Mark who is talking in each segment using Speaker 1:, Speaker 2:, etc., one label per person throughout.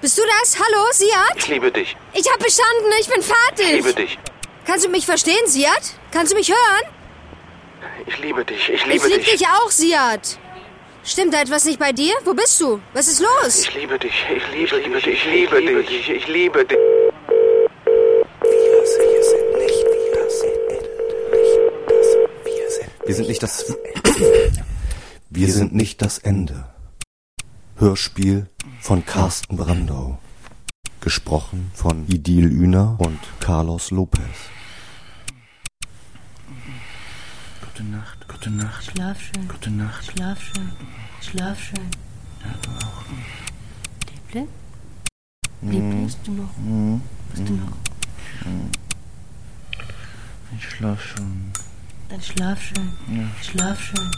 Speaker 1: Bist du das? Hallo, Siad?
Speaker 2: Ich liebe dich.
Speaker 1: Ich hab bestanden, ich bin fertig.
Speaker 2: Ich liebe dich.
Speaker 1: Kannst du mich verstehen, Siad? Kannst du mich hören?
Speaker 2: Ich liebe dich. Ich liebe
Speaker 1: ich lieb
Speaker 2: dich.
Speaker 1: dich auch, Siad. Stimmt da etwas nicht bei dir? Wo bist du? Was ist los?
Speaker 2: Ich liebe dich. Ich liebe, dich. Ich liebe dich. Ich liebe dich.
Speaker 3: Wir sind nicht, wir sind nicht das, wir sind, wir sind nicht das, wir sind nicht das Ende. Hörspiel von Carsten Brandau. Gesprochen von Idil Üner und Carlos Lopez.
Speaker 4: Gute Nacht, gute Nacht,
Speaker 5: Schlaf schön,
Speaker 4: gute Nacht.
Speaker 5: schlaf schön, schlaf schön. Liebling? Liebling, bist du noch? Bist du noch?
Speaker 4: Ich schlaf schon.
Speaker 5: Dann schlaf schön, schlaf schön.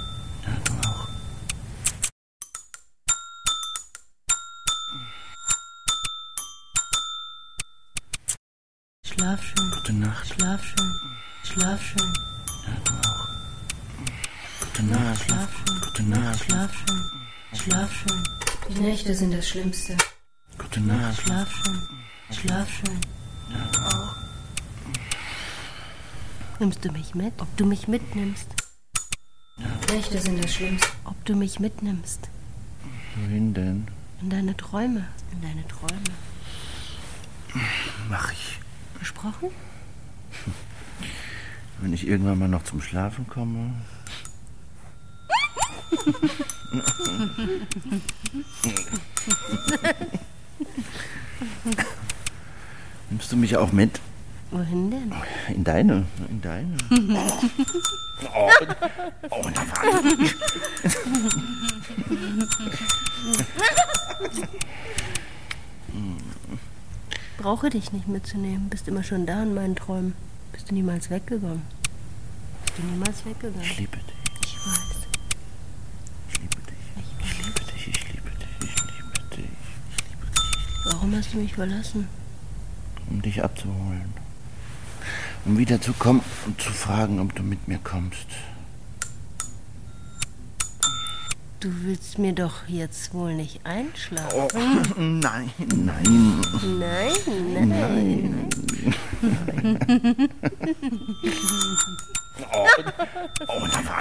Speaker 5: Schlaf schön,
Speaker 4: Gute Nacht,
Speaker 5: schlaf schön, schlaf schön,
Speaker 4: gute Nacht, schlaf schon. Gute Nacht,
Speaker 5: schlaf schön, schlaf schön. Die Nächte sind das Schlimmste.
Speaker 4: gute Nacht, schlaf
Speaker 5: Schlaf schön, schlaf schön. Nimmst du mich mit? Ob du mich mitnimmst? Nächte sind das Schlimmste. Ob du mich mitnimmst?
Speaker 4: Wohin denn?
Speaker 5: In deine Träume. In deine Träume.
Speaker 4: Mach ich.
Speaker 5: Versprochen?
Speaker 4: Wenn ich irgendwann mal noch zum Schlafen komme. Nimmst du mich auch mit?
Speaker 5: Wohin denn?
Speaker 4: In deine, in deine. Oh, oh da war
Speaker 5: Brauche dich nicht mitzunehmen. Bist immer schon da in meinen Träumen. Bist du niemals weggegangen. Bist du niemals
Speaker 4: Ich
Speaker 5: weggegangen.
Speaker 4: liebe dich.
Speaker 5: Ich weiß.
Speaker 4: Ich liebe dich. Ich liebe dich. Ich liebe dich. Ich liebe dich.
Speaker 5: Warum hast du mich verlassen?
Speaker 4: Um dich abzuholen. Um wieder zu kommen und zu fragen, ob du mit mir kommst.
Speaker 5: Du willst mir doch jetzt wohl nicht einschlafen.
Speaker 4: Oh, nein, nein,
Speaker 5: Nein, nein.
Speaker 4: nein. Oh, oh, da war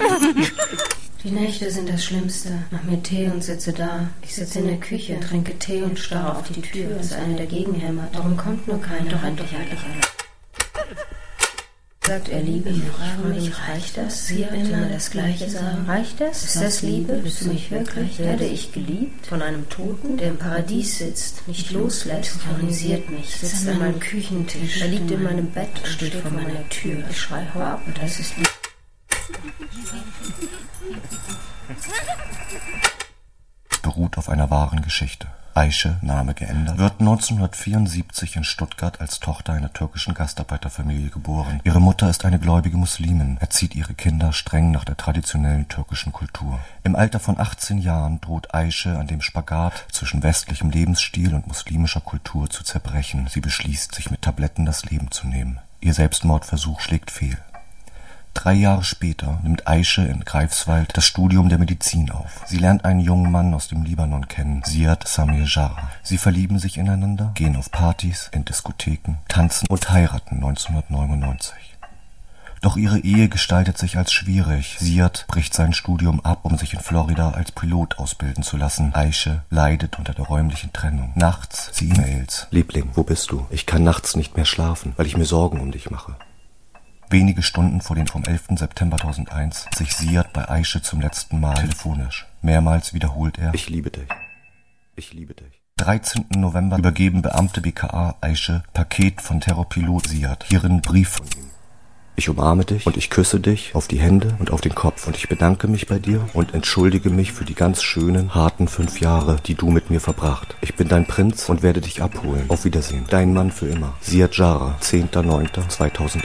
Speaker 6: Die Nächte sind das Schlimmste. Mach mir Tee und sitze da. Ich sitze in der Küche, trinke Tee und starre auf die Tür, als einer dagegen hämmert. Warum kommt nur keiner? Doch endlich endlich einer. Sagt er Liebe? Ich frage mich, reicht das? Sie hat immer das Gleiche sagen. Reicht das? Ist das Liebe? Bist du mich wirklich? Werde ich geliebt? Von einem Toten, der im Paradies sitzt, nicht loslässt, terrorisiert mich, sitzt an meinem Küchentisch. Er liegt in meinem Bett und steht vor meiner Tür. Ich schreie, hau ab, das ist Liebe.
Speaker 3: beruht auf einer wahren Geschichte. Aische, Name geändert, wird 1974 in Stuttgart als Tochter einer türkischen Gastarbeiterfamilie geboren. Ihre Mutter ist eine gläubige Muslimin, erzieht ihre Kinder streng nach der traditionellen türkischen Kultur. Im Alter von 18 Jahren droht Aische an dem Spagat zwischen westlichem Lebensstil und muslimischer Kultur zu zerbrechen. Sie beschließt, sich mit Tabletten das Leben zu nehmen. Ihr Selbstmordversuch schlägt fehl. Drei Jahre später nimmt Aische in Greifswald das Studium der Medizin auf. Sie lernt einen jungen Mann aus dem Libanon kennen, Siad Samir Jarrah. Sie verlieben sich ineinander, gehen auf Partys, in Diskotheken, tanzen und heiraten 1999. Doch ihre Ehe gestaltet sich als schwierig. Siad bricht sein Studium ab, um sich in Florida als Pilot ausbilden zu lassen. Aische leidet unter der räumlichen Trennung. Nachts sie E-Mails. Liebling, wo bist du? Ich kann nachts nicht mehr schlafen, weil ich mir Sorgen um dich mache. Wenige Stunden vor dem vom 11. September 2001 sich Siad bei Aische zum letzten Mal telefonisch. Mehrmals wiederholt er. Ich liebe dich. Ich liebe dich. 13. November übergeben Beamte BKA Aische Paket von Terrorpilot Siad. Hierin Brief von ihm. Ich umarme dich und ich küsse dich auf die Hände und auf den Kopf und ich bedanke mich bei dir und entschuldige mich für die ganz schönen, harten fünf Jahre, die du mit mir verbracht. Ich bin dein Prinz und werde dich abholen. Auf Wiedersehen. Dein Mann für immer. Siad Jara, 10.09.2001.